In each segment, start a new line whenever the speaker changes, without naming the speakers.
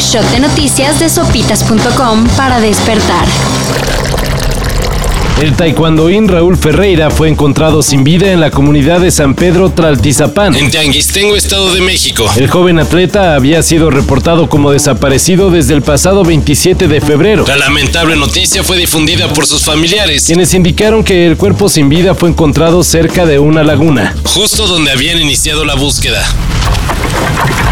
shot de noticias de sopitas.com para despertar.
El taekwondoín Raúl Ferreira fue encontrado sin vida en la comunidad de San Pedro Traltizapán,
En Tianguistengo, Estado de México.
El joven atleta había sido reportado como desaparecido desde el pasado 27 de febrero,
La lamentable noticia fue difundida por sus familiares,
quienes indicaron que el cuerpo sin vida fue encontrado cerca de una laguna.
justo donde habían iniciado la búsqueda.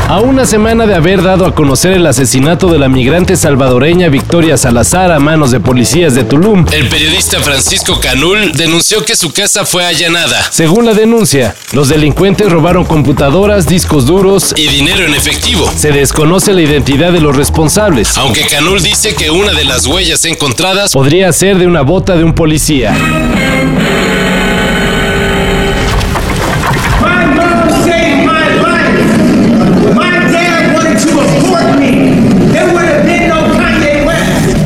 A una semana de haber dado a conocer el asesinato de la migrante salvadoreña Victoria Salazar a manos de policías de Tulum,
El periodista Francisco Canul denunció que su casa fue allanada
según la denuncia, los delincuentes robaron computadoras, discos duros y
y dinero en efectivo.
se desconoce la identidad de los responsables.
Aunque Canul dice que una de las huellas encontradas
Podría ser de una bota de un policía.
My mother saved my life. My dad wanted to abort me. There would have been no Kanye West.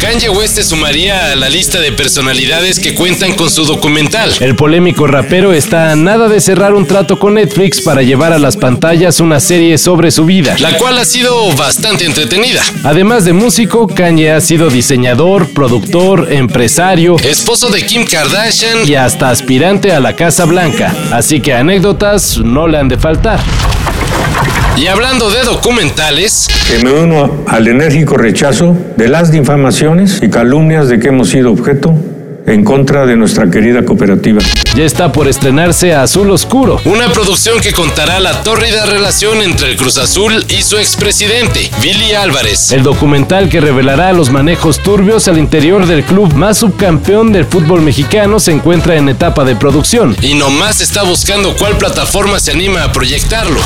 Kanye West se sumaría a la lista de personalidades que cuentan con su documental.
El polémico rapero está a nada de cerrar un trato con Netflix para llevar a las pantallas una serie sobre su vida.
la cual ha sido bastante entretenida.
Además de músico, Kanye ha sido diseñador, productor, empresario
Esposo de Kim Kardashian
y hasta aspirante a la Casa Blanca. Así que anécdotas no le han de faltar.
y hablando de documentales,
que me uno al enérgico rechazo de las difamaciones y calumnias de que hemos sido objeto en contra de nuestra querida cooperativa.
Ya está por estrenarse Azul Oscuro,
una producción que contará la tórrida relación entre el Cruz Azul y su expresidente, Billy Álvarez.
el documental que revelará los manejos turbios al interior del club más subcampeón del fútbol mexicano se encuentra en etapa de producción.
Y nomás está buscando cuál plataforma se anima a proyectarlo.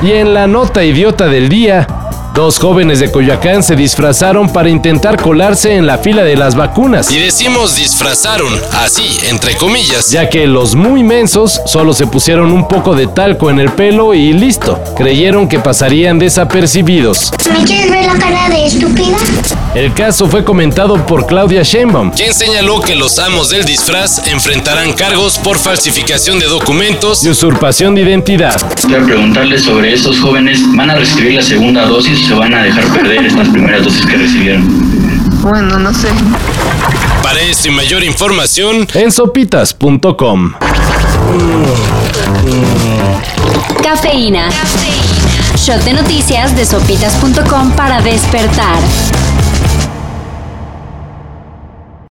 Y en la nota idiota del día, dos jóvenes de Coyoacán se disfrazaron para intentar colarse en la fila de las vacunas,
Y decimos disfrazaron, así, entre comillas.
ya que los muy mensos solo se pusieron un poco de talco en el pelo y listo, creyeron que pasarían desapercibidos.
¿Me quieres ver la cara de estúpida?
El caso fue comentado por Claudia Sheinbaum,
Quien señaló que los amos del disfraz enfrentarán cargos por falsificación de documentos
de usurpación de identidad.
Quiero preguntarles sobre estos jóvenes. ¿Van a recibir la segunda dosis o se van a dejar perder estas primeras dosis que recibieron?
Bueno, no sé.
Para esto y mayor información,
En sopitas.com.
Cafeína. Shot de noticias de sopitas.com para despertar.